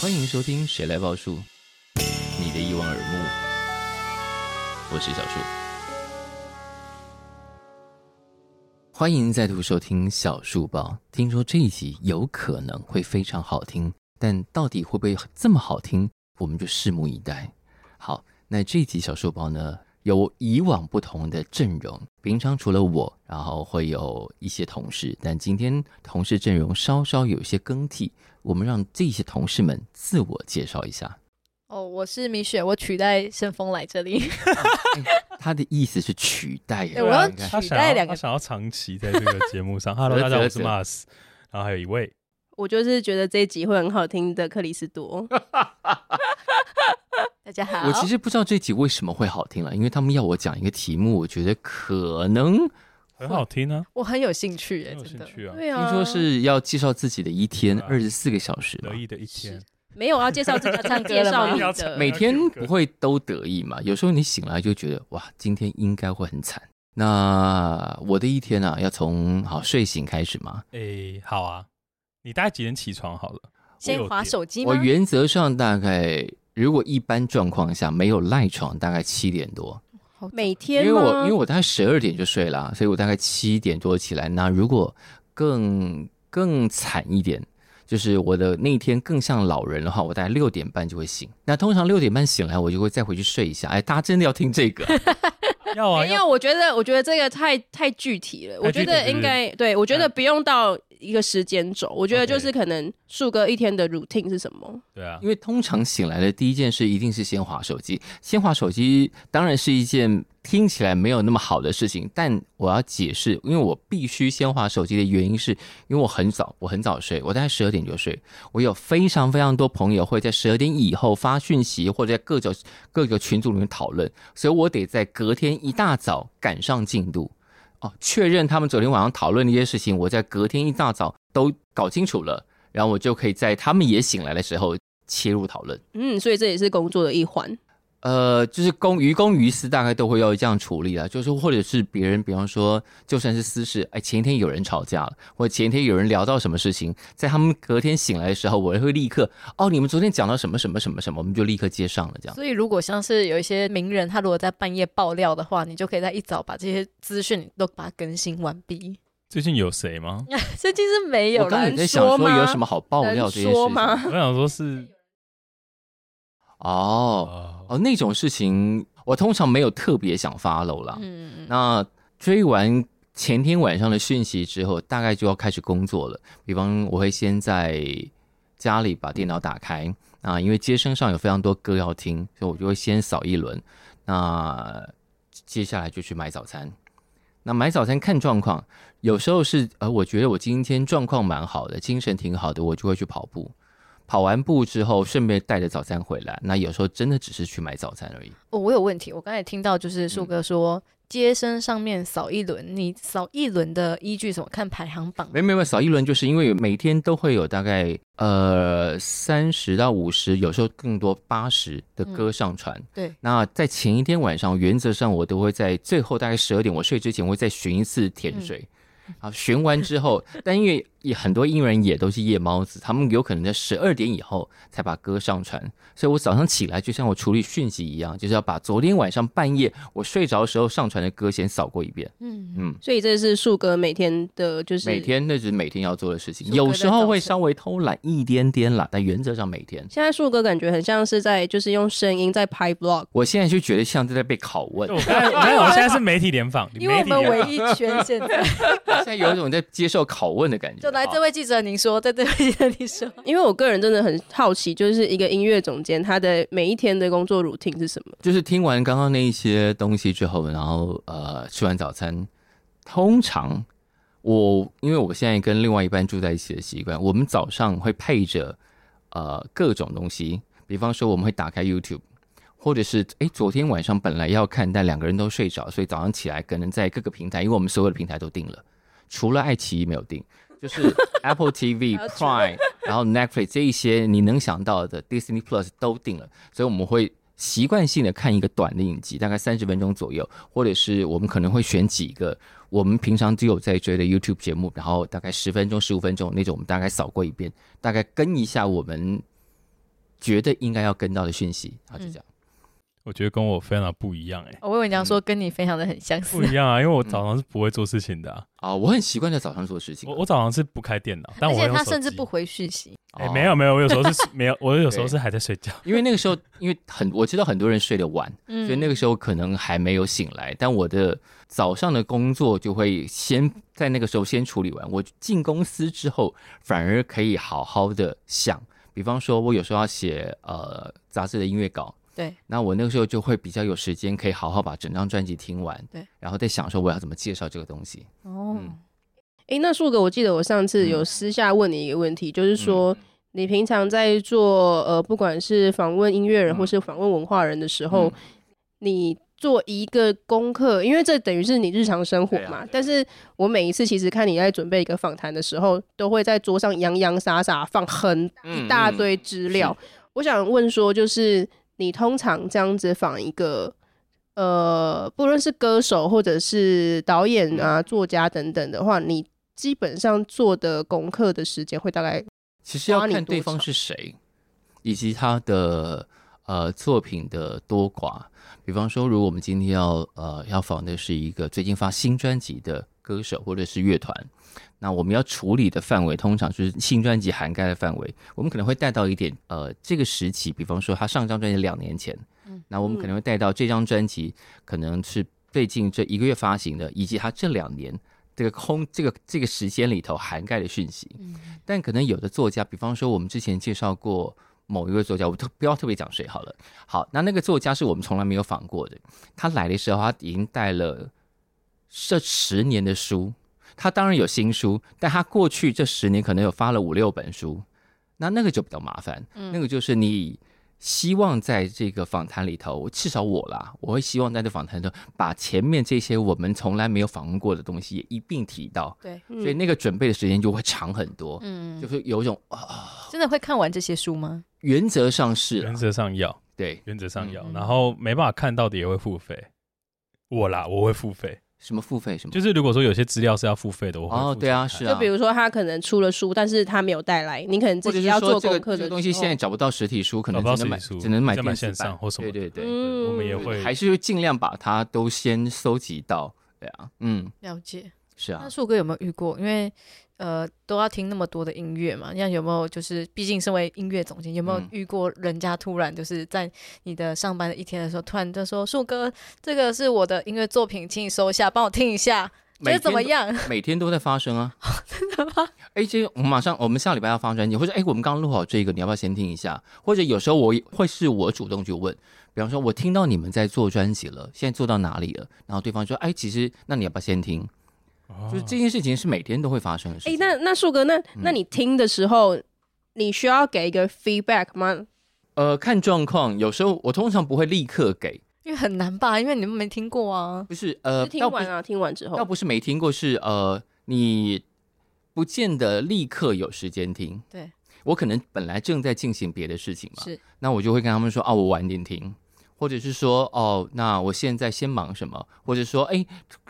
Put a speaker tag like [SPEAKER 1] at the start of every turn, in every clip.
[SPEAKER 1] 欢迎收听《谁来报数》，你的一望而目，我是小树。欢迎再度收听小树报。听说这一集有可能会非常好听，但到底会不会这么好听，我们就拭目以待。好，那这一集小树报呢，有以往不同的阵容。平常除了我，然后会有一些同事，但今天同事阵容稍稍有一些更替。我们让这些同事们自我介绍一 下。
[SPEAKER 2] 哦，我是米雪，我取代申峰来这里。
[SPEAKER 1] 哎他的意思是取代人，
[SPEAKER 2] 对我要
[SPEAKER 1] 应该
[SPEAKER 2] 取
[SPEAKER 3] 他想
[SPEAKER 2] 代
[SPEAKER 3] 要
[SPEAKER 2] 两个
[SPEAKER 3] 他想要长期 在这个节目上。Hello，大家好，我是 Mars，然后还有一位，
[SPEAKER 4] 我就是觉得这一集会很好听的克里斯 多，
[SPEAKER 2] 大家好，
[SPEAKER 1] 我其实不知道这集为什么会好听了，因为他们要我讲一个题目，我觉得可能
[SPEAKER 2] 嗯
[SPEAKER 3] 很好听啊，
[SPEAKER 2] 我很有兴趣耶，
[SPEAKER 3] 很有
[SPEAKER 2] 真
[SPEAKER 3] 兴
[SPEAKER 2] 的。
[SPEAKER 3] 趣啊，
[SPEAKER 4] 对啊，
[SPEAKER 1] 听说是要介绍自己的一天
[SPEAKER 3] 对啊
[SPEAKER 1] 二十四个小时嘛
[SPEAKER 3] 得，意的一天。
[SPEAKER 4] 没有啊要介绍自己，
[SPEAKER 2] 唱 歌
[SPEAKER 4] 介
[SPEAKER 2] 了吗
[SPEAKER 4] 绍你
[SPEAKER 3] 要唱
[SPEAKER 4] 的，
[SPEAKER 1] 每天不会都得意嘛，有时候你醒来就觉得哇，今天应该会很惨。那我的一天啊，要从好睡醒开始嘛。
[SPEAKER 3] 诶，好啊，你大概几点起床好了？
[SPEAKER 2] 先划手机吗
[SPEAKER 1] 我？原则上大概，如果一般状况下没有赖床，大概七点多，
[SPEAKER 2] 好早
[SPEAKER 4] 每
[SPEAKER 1] 因
[SPEAKER 4] 天
[SPEAKER 1] 为我
[SPEAKER 4] 吗
[SPEAKER 1] 因为我大概十二点就睡了，所以我大概七点多起来。那如果更更惨一点，就是我的那一天更像老人的话，我大概六点半就会醒。那通常六点半醒来，我就会再回去睡一下。哎，大家真的要听这个啊？
[SPEAKER 3] 要啊，
[SPEAKER 4] 没
[SPEAKER 3] 要
[SPEAKER 4] 有，我觉得我觉得这个太太具体了，我
[SPEAKER 3] 太具
[SPEAKER 4] 觉
[SPEAKER 3] 体
[SPEAKER 4] 得应该对，我觉
[SPEAKER 1] 嗯
[SPEAKER 4] 得不用到一个时间轴，我觉得
[SPEAKER 3] OK
[SPEAKER 4] 就是可能树哥一天的 routine 是什么？
[SPEAKER 3] 对啊
[SPEAKER 1] 因，为通常醒来的第一件事一定是先划手机。先划手机当然是一件听起来没有那么好的事情，但我要解释，因为我必须先划手机的原因是，因为我很早，我很早睡，我大概十二点就睡。我有非常非常多朋友会在十二点以后发讯息，或者在各种各个群组里面讨论，所以我得在隔天一大早赶上进度。哦，确认他们昨天晚上讨论的一些事情，我在隔天一大早都搞清楚了，然后我就可以在他们也醒来的时候切入讨论。
[SPEAKER 4] 嗯，所以这也是工作的一环。
[SPEAKER 1] 呃，就是公于公于私，大概都会要这样处理啦。就是或者是别人，比方说，就算是私事，哎，前一天有人吵架了，或者前一天有人聊到什么事情，在他们隔天醒来的时候，我会立刻，哦，你们昨天讲到什么什么什么什么，我们就立刻接上了，这样。
[SPEAKER 2] 所以，如果像是有一些名人，他如果在半夜爆料的话，你就可以在一早把这些资讯都把它更新完毕。
[SPEAKER 3] 最近有谁 吗？
[SPEAKER 2] 这其实没有
[SPEAKER 1] 我刚才
[SPEAKER 2] 啦
[SPEAKER 4] 人，
[SPEAKER 1] 在想
[SPEAKER 4] 说
[SPEAKER 1] 说
[SPEAKER 4] 吗
[SPEAKER 1] 有什么好爆料
[SPEAKER 4] 能
[SPEAKER 1] 这件事
[SPEAKER 4] 说
[SPEAKER 1] 情
[SPEAKER 4] 吗？
[SPEAKER 3] 我想 说是
[SPEAKER 1] 哦
[SPEAKER 3] 哦，
[SPEAKER 1] 哦，那种事情我通常没有特别想发漏啦。
[SPEAKER 2] 嗯，
[SPEAKER 1] 那追完前天晚上的讯息之后，大概就要开始工作了。比方，我会先在家里把电脑打开啊，因为街声上有非常多歌要听，所以我就会先扫一轮。那接下来就去买早餐。那买早餐看状况，有时候是呃，我觉得我今天状况蛮好的，精神挺好的，我就会去跑步。跑完步之后，顺便带着早餐回来。那有时候真的只是去买早餐而已。
[SPEAKER 2] 哦，我有问题，我刚才听到就是
[SPEAKER 1] 嗯
[SPEAKER 2] 树哥说。街身上面扫一轮，你扫一轮的依据什么？看排行榜吗。
[SPEAKER 1] 没没没，扫一轮就是因为有每天都会有大概呃三十到五十，有时候更多八十的歌上传。
[SPEAKER 2] 对，
[SPEAKER 1] 那在前一天晚上，原则上我都会在最后大概十二点我睡之前，我会再巡一次甜水。啊，巡完之后，但因为也很多艺人也都是夜猫子，他们有可能在十二点以后才把歌上传，所以我早上起来就像我处理讯息一样，就是要把昨天晚上半夜我睡着的时候上传的歌先扫过一遍。
[SPEAKER 2] 嗯，
[SPEAKER 1] 嗯，
[SPEAKER 4] 所以这是树哥每天的，就是
[SPEAKER 1] 每天那是每天要做的事情，
[SPEAKER 2] 苏格
[SPEAKER 1] 有
[SPEAKER 2] 在
[SPEAKER 1] 时候
[SPEAKER 2] 早
[SPEAKER 1] 会
[SPEAKER 2] 晨
[SPEAKER 1] 稍微偷懒一点点啦，但原则上每天。
[SPEAKER 4] 现在树哥感觉很像是在就是用声音在拍 vlog，
[SPEAKER 1] 我现在就觉得像是在被拷 问
[SPEAKER 3] 就，我刚才，我刚才我现在是媒体联访，
[SPEAKER 2] 因为我
[SPEAKER 3] 媒体
[SPEAKER 2] 们
[SPEAKER 3] 联
[SPEAKER 2] 唯
[SPEAKER 3] 访
[SPEAKER 2] 一圈现 在
[SPEAKER 1] 现在有一种在接受拷问的感觉。啊
[SPEAKER 2] 就来
[SPEAKER 1] 好
[SPEAKER 2] 这位记者，您说，在这位记者，您 说，
[SPEAKER 4] 因为我个人真的很好奇，就是一个音乐总监他的每一天的工作 routine 是什么？
[SPEAKER 1] 就是听完刚刚那一些东西之后，然后呃吃完早餐，通常我因为我现在跟另外一半住在一起的习惯，我们早上会配着呃各种东西，比方说我们会打开 YouTube。或者是哎，昨天晚上本来要看，但两个人都睡着，所以早上起来可能在各个平台，因为我们所有的平台都定了，除了爱奇艺没有定，就是 Apple TV、
[SPEAKER 4] 还有
[SPEAKER 1] Prime、然后 Netflix 这一些你能想到的 Disney Plus 都定了，所以我们会习惯性的看一个短的影集，大概三十分钟左右，或者是我们可能会选几个我们平常只有在追的 YouTube 节目，然后大概十分钟、十五分钟那种，我们大概扫过一遍，大概跟一下我们觉得应该要跟到的讯息，然后就这样。
[SPEAKER 3] 我觉得跟我非常不一样哎、
[SPEAKER 2] 哦我以为你要说跟你分享的很相
[SPEAKER 3] 不
[SPEAKER 1] 嗯
[SPEAKER 2] 似，
[SPEAKER 3] 一样啊，因为
[SPEAKER 2] 嗯
[SPEAKER 3] 我早上是不会做事情的、啊，
[SPEAKER 1] 啊、我很习惯在早上做事情啊，
[SPEAKER 3] 我我早上是不开电脑，但
[SPEAKER 2] 而
[SPEAKER 3] 我
[SPEAKER 2] 且
[SPEAKER 3] 会用
[SPEAKER 2] 他
[SPEAKER 3] 手
[SPEAKER 2] 甚至
[SPEAKER 3] 机
[SPEAKER 2] 不回讯息，
[SPEAKER 3] 哎、
[SPEAKER 1] 哦
[SPEAKER 3] 没有没有，我有时候是 没有，我有时候
[SPEAKER 1] 对
[SPEAKER 3] 是还在睡觉。
[SPEAKER 1] 因为那个时候，因为很我知道很多人睡得晚，
[SPEAKER 2] 嗯，
[SPEAKER 1] 所以那个时候可能还没有醒来。但我的早上的工作就会先在那个时候先处理完。我进公司之后，反而可以好好的想。比方说，我有时候要写呃杂志的音乐稿，
[SPEAKER 2] 对，
[SPEAKER 1] 那我那个时候就会比较有时间，可以好好把整张专辑听完，
[SPEAKER 2] 对，
[SPEAKER 1] 然后再想说我要怎么介绍这个东西。
[SPEAKER 2] 哦，
[SPEAKER 1] 嗯
[SPEAKER 4] 诶，那树哥，我记得我上次有私下问你一个问题，
[SPEAKER 1] 嗯
[SPEAKER 4] 就是说你平常在做呃，不管是访问音乐人
[SPEAKER 1] 嗯
[SPEAKER 4] 或是访问文化人的时候，
[SPEAKER 1] 嗯
[SPEAKER 4] 你做一个功课，因为这等于是你日常生活
[SPEAKER 1] 对啊
[SPEAKER 4] 嘛。
[SPEAKER 1] 对啊
[SPEAKER 4] 但是我每一次其实看你在准备一个访谈的时候，都会在桌上洋洋洒洒放很
[SPEAKER 1] 嗯
[SPEAKER 4] 一大堆资料。我想问说，就是你通常这样子访一个。呃，不论是歌手或者是导
[SPEAKER 1] 嗯
[SPEAKER 4] 演啊、作家等等的话，你基本上做的功课的时间会大概
[SPEAKER 1] 其实要
[SPEAKER 4] 花你
[SPEAKER 1] 看对
[SPEAKER 4] 多
[SPEAKER 1] 方
[SPEAKER 4] 少
[SPEAKER 1] 是谁，以及他的呃作品的多寡。比方说，如果我们今天要呃要访的是一个最近发新专辑的歌手或者是乐团，那我们要处理的范围通常就是新专辑涵盖的范围。我们可能会带到一点呃这个时期，比方说他上张专辑两年前，
[SPEAKER 4] 嗯
[SPEAKER 1] 那我们可能会带到这张专辑可能是最近这一个月发行的，以及他这两年这个空这个这个时间里头涵盖的讯息。但可能有的作家，比方说我们之前介绍过某一位作家，我特不要特别讲谁好了。好，那那个作家是我们从来没有访过的，他来的时候他已经带了这十年的书，他当然有新书，但他过去这十年可能有发了五六本书，那那个就比较麻烦，那个就是你。希望在这个访谈里头，至少我啦，我会希望在这访谈中把前面这些我们从来没有访问过的东西也一并提到，
[SPEAKER 2] 对，
[SPEAKER 4] 嗯
[SPEAKER 1] 所以那个准备的时间就会长很多。
[SPEAKER 2] 嗯，
[SPEAKER 1] 就是有一种啊
[SPEAKER 2] 真的会看完这些书吗？
[SPEAKER 1] 原则上
[SPEAKER 2] 啊
[SPEAKER 1] 是啦
[SPEAKER 3] 原则上要，
[SPEAKER 1] 对
[SPEAKER 3] 原则上要，
[SPEAKER 2] 嗯
[SPEAKER 3] 然后没办法看到的也会付费。我啦，我会付费，
[SPEAKER 1] 什么付费什么，
[SPEAKER 3] 就是如果说有些资料是要付费的，我
[SPEAKER 1] 嗯
[SPEAKER 3] 会
[SPEAKER 1] 哦
[SPEAKER 3] 付钱
[SPEAKER 1] 对啊
[SPEAKER 3] 看
[SPEAKER 1] 是啊
[SPEAKER 4] 就比如说他可能出了书，但是他没有带来，你可能
[SPEAKER 1] 或
[SPEAKER 4] 自
[SPEAKER 1] 者
[SPEAKER 4] 己
[SPEAKER 1] 是
[SPEAKER 4] 要
[SPEAKER 1] 说
[SPEAKER 4] 做
[SPEAKER 1] 这个
[SPEAKER 4] 功课的
[SPEAKER 1] 这
[SPEAKER 4] 时
[SPEAKER 1] 个
[SPEAKER 4] 候
[SPEAKER 1] 东西现在找不到实体书，可能
[SPEAKER 3] 找不到
[SPEAKER 1] 只能买
[SPEAKER 3] 实体书
[SPEAKER 1] 只能买
[SPEAKER 3] 再买
[SPEAKER 1] 电子
[SPEAKER 3] 线上
[SPEAKER 1] 版
[SPEAKER 3] 或什么的
[SPEAKER 1] 对对对，
[SPEAKER 4] 嗯
[SPEAKER 3] 我们也会
[SPEAKER 1] 还是尽量把它都先搜集到。对啊，嗯，
[SPEAKER 2] 了解。
[SPEAKER 1] 是啊
[SPEAKER 2] 那，树哥有没有遇过？因为呃，都要听那么多的音乐嘛，那有没有就是，毕竟身为音乐总监，有没有
[SPEAKER 1] 嗯
[SPEAKER 2] 遇过人家突然就是在你的上班的一天的时候，突然就说：“树哥，这个是我的音乐作品，请你收下，帮我听一下，觉
[SPEAKER 1] 每
[SPEAKER 2] 得怎么
[SPEAKER 1] 天都
[SPEAKER 2] 样
[SPEAKER 1] 每天都在发生啊，真的吗？哎，这个我们马上，我们下礼拜要发专辑，或者哎，我们刚录好这个，你要不要先听一下？或者有时候我也会是我主动去问，比方说，我听到你们在做专辑了，现在做到哪里了？然后对方说，哎，其实那你要不要先听？
[SPEAKER 3] 哦
[SPEAKER 1] 就是这件事情是每天都会发生的事
[SPEAKER 4] 哎、
[SPEAKER 1] 情。
[SPEAKER 4] 那那树哥，那
[SPEAKER 1] 嗯
[SPEAKER 4] 那你听的时候，你需要给一个 feedback 吗？
[SPEAKER 1] 呃，看状况，有时候我通常不会立刻给，？”
[SPEAKER 2] 因为很难吧，因为你们没听过啊。
[SPEAKER 1] 不是呃，
[SPEAKER 4] 是听完
[SPEAKER 1] 倒
[SPEAKER 4] 啊，听完之
[SPEAKER 1] 不倒
[SPEAKER 4] 后，
[SPEAKER 1] 不是没听过，是呃，你不见得立刻有时间听。
[SPEAKER 2] 对，
[SPEAKER 1] 我可能本来正在进行别的事情嘛，
[SPEAKER 2] 是，
[SPEAKER 1] 那我就会跟他们说啊，我晚点听，或者是说哦，那我现在先忙什么，或者说哎，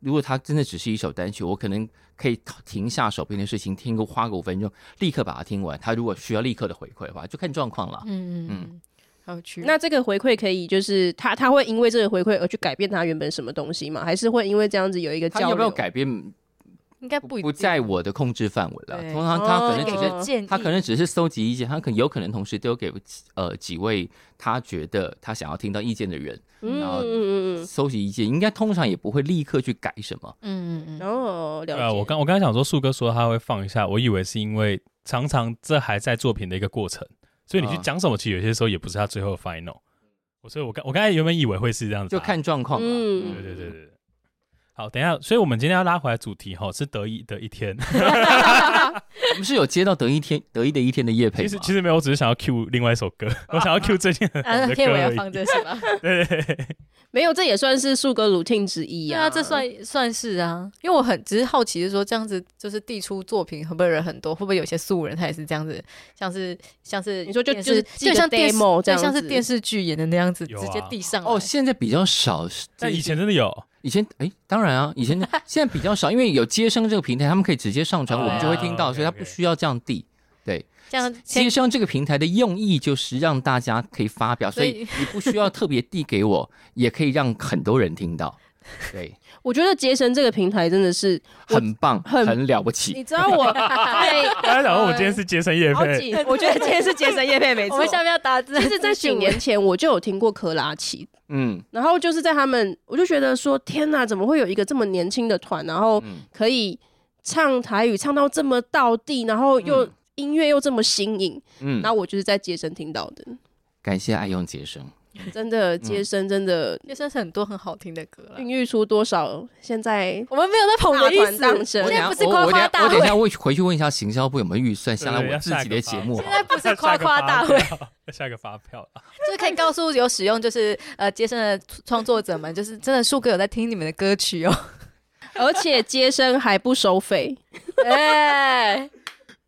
[SPEAKER 1] 如果它真的只是一首单曲，我可能可以停下手边的事情，听个花个五分钟，立刻把它听完。他如果需要立刻的回馈的话，就看状况了。
[SPEAKER 2] 嗯嗯嗯
[SPEAKER 1] 嗯，
[SPEAKER 2] 好有趣。
[SPEAKER 4] 那这个回馈可以就是他他会因为这个回馈而去改变他原本什么东西吗？还是会因为这样子有一个
[SPEAKER 1] 他
[SPEAKER 4] 交流？
[SPEAKER 1] 要不要改变
[SPEAKER 2] 应该
[SPEAKER 1] 不
[SPEAKER 2] 不一
[SPEAKER 1] 不
[SPEAKER 2] 定
[SPEAKER 1] 在我的控制范围了。
[SPEAKER 2] 对
[SPEAKER 1] 通常他可
[SPEAKER 4] 哦
[SPEAKER 1] 能只
[SPEAKER 2] 给
[SPEAKER 1] 是、
[SPEAKER 2] 个建议，
[SPEAKER 1] 他可能只是搜集意见，他可有可能同时丢给呃几位他觉得他想要听到意见的人
[SPEAKER 4] 嗯？
[SPEAKER 1] 然
[SPEAKER 4] 嗯
[SPEAKER 1] 后
[SPEAKER 4] 嗯嗯
[SPEAKER 1] 搜集意见，应该通常也不会立刻去改什么。
[SPEAKER 2] 嗯嗯
[SPEAKER 4] 嗯，
[SPEAKER 2] 嗯，
[SPEAKER 4] 哦，了
[SPEAKER 3] 对
[SPEAKER 4] 解。
[SPEAKER 3] 啊，我刚我刚才想说，树哥说他会放一下，我以为是因为常常这还在作品的一个过程，所以你去
[SPEAKER 1] 啊
[SPEAKER 3] 讲什么，其实有些时候也不是他最后的 final。我所以我刚我刚才原本以为会是这样子，啊
[SPEAKER 1] 就看状况了。
[SPEAKER 4] 嗯
[SPEAKER 3] 对对对对对。好，等一下，所以我们今天要拉回来主题哈，是得意的一天。
[SPEAKER 1] 我们是有接到德一天德一的一天的夜配
[SPEAKER 3] 其
[SPEAKER 1] 吗，
[SPEAKER 3] 实其实没
[SPEAKER 1] 啊
[SPEAKER 3] 有，我只是想要 cue 另外一首歌，我想要 cue 最近很
[SPEAKER 2] 啊，
[SPEAKER 3] 红
[SPEAKER 2] 那
[SPEAKER 3] 的
[SPEAKER 2] 天
[SPEAKER 3] 歌
[SPEAKER 2] 我要
[SPEAKER 3] 而已。
[SPEAKER 2] 放这是吧？
[SPEAKER 3] 对对对，
[SPEAKER 4] 没有，这也算是树哥 routine 之一
[SPEAKER 2] 对
[SPEAKER 4] 啊。
[SPEAKER 2] 啊，这算算是啊，因为我很只是好奇，是说这样子就是递出作品，会不会人很多？会不会有些素人他也是这样子，像是像是
[SPEAKER 4] 你说就
[SPEAKER 2] 电
[SPEAKER 4] 就是
[SPEAKER 2] 视
[SPEAKER 4] 寄
[SPEAKER 2] 对
[SPEAKER 4] 个
[SPEAKER 2] 像电视
[SPEAKER 4] demo
[SPEAKER 2] 对
[SPEAKER 4] 这样
[SPEAKER 2] 像是
[SPEAKER 4] 子
[SPEAKER 2] 电视剧演的那样子，
[SPEAKER 3] 有
[SPEAKER 2] 直接
[SPEAKER 3] 啊
[SPEAKER 2] 递上
[SPEAKER 1] 哦，
[SPEAKER 2] 来
[SPEAKER 1] 现在比较少，
[SPEAKER 3] 但以前真的有，
[SPEAKER 1] 以前哎，当然啊，以前现在比较少，因为有接生这个平台，他们可以直接上传，
[SPEAKER 3] 哦
[SPEAKER 1] 我们就会听到，所以它不
[SPEAKER 3] OK，OK
[SPEAKER 1] 需要这样递。
[SPEAKER 2] 这样
[SPEAKER 1] 接
[SPEAKER 2] 先
[SPEAKER 1] 生这个平台的用意就是让大家可以发表，所
[SPEAKER 2] 所以
[SPEAKER 1] 以你不需要特别递给 我，也可以让很多人听到。对，
[SPEAKER 4] 我觉得杰森这个平台真的是，我
[SPEAKER 1] 很棒，
[SPEAKER 4] 很
[SPEAKER 1] 很了不
[SPEAKER 4] 你
[SPEAKER 1] 起。
[SPEAKER 4] 知道 我在
[SPEAKER 3] 大家想说我今 天是接生夜
[SPEAKER 4] 好
[SPEAKER 3] 配，
[SPEAKER 4] 几，我觉得今天是杰森叶配没
[SPEAKER 2] 我
[SPEAKER 4] 错。
[SPEAKER 2] 们下面要打字，
[SPEAKER 4] 其实，在几年前我就有听过可拉奇，
[SPEAKER 1] 嗯
[SPEAKER 4] 然后就是在他们，我就觉得说，天哪，怎么会有一个这么年轻的团，然后
[SPEAKER 1] 嗯，
[SPEAKER 4] 可以唱台语唱到这么到地，然后又、
[SPEAKER 1] 嗯
[SPEAKER 4] 音乐又这么新颖，
[SPEAKER 1] 嗯
[SPEAKER 4] 然，后我就是在杰森听到 的，
[SPEAKER 1] 感谢爱用接生。
[SPEAKER 4] 真的杰森真的
[SPEAKER 2] 也算是很多很好听的歌了。
[SPEAKER 4] 孕育出多少现在
[SPEAKER 2] 我们没有在捧的意
[SPEAKER 4] 大团
[SPEAKER 2] 思，
[SPEAKER 4] 当真
[SPEAKER 2] 现
[SPEAKER 1] 我等
[SPEAKER 2] 在
[SPEAKER 1] 下
[SPEAKER 2] 不是
[SPEAKER 1] 我
[SPEAKER 2] 夸
[SPEAKER 1] 我等
[SPEAKER 2] 夸
[SPEAKER 1] 下
[SPEAKER 2] 大
[SPEAKER 1] 我等
[SPEAKER 2] 会
[SPEAKER 1] 一，下会回去问一下行销部有没有预算下来
[SPEAKER 3] 对对
[SPEAKER 1] 我
[SPEAKER 3] 要
[SPEAKER 1] 自己的节目
[SPEAKER 3] 下
[SPEAKER 1] 好了。
[SPEAKER 3] 一个
[SPEAKER 2] 现在不是夸夸大会，
[SPEAKER 3] 要下一个发票了。
[SPEAKER 2] 就是可以告诉有使用就是呃接生的创作者们，就是真的树哥有在听你们的歌曲 哦。
[SPEAKER 4] 而且接生还不收费，
[SPEAKER 2] 哎，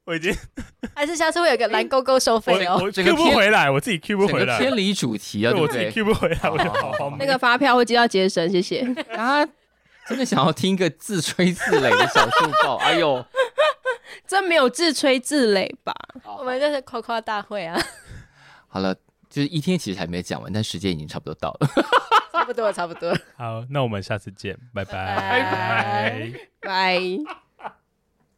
[SPEAKER 3] 我已经
[SPEAKER 2] 还是下次会有个蓝勾勾收
[SPEAKER 3] 我
[SPEAKER 2] 费哦。
[SPEAKER 3] 我
[SPEAKER 1] 整个
[SPEAKER 3] Q 不
[SPEAKER 1] 偏
[SPEAKER 3] 回来，我自己 Q 不
[SPEAKER 1] 整
[SPEAKER 3] 回
[SPEAKER 1] 个
[SPEAKER 3] 来，
[SPEAKER 1] 偏离主题啊，对
[SPEAKER 3] 我
[SPEAKER 1] 不
[SPEAKER 3] 自己
[SPEAKER 1] 对？
[SPEAKER 3] Q 不回来，我就好好
[SPEAKER 4] 那个发票会寄到杰森，谢 谢。
[SPEAKER 1] 大家真的想要听一个自吹自擂的小树报？哎呦，
[SPEAKER 4] 真没有自吹自擂 吧？
[SPEAKER 2] 我们就是夸夸大会啊，
[SPEAKER 1] 好了，就是一天其实还没讲完，但时间已经差不多到了。
[SPEAKER 2] 差不多了，差不多了。
[SPEAKER 3] 好，那我们下次见，拜拜
[SPEAKER 2] 拜拜
[SPEAKER 4] 拜。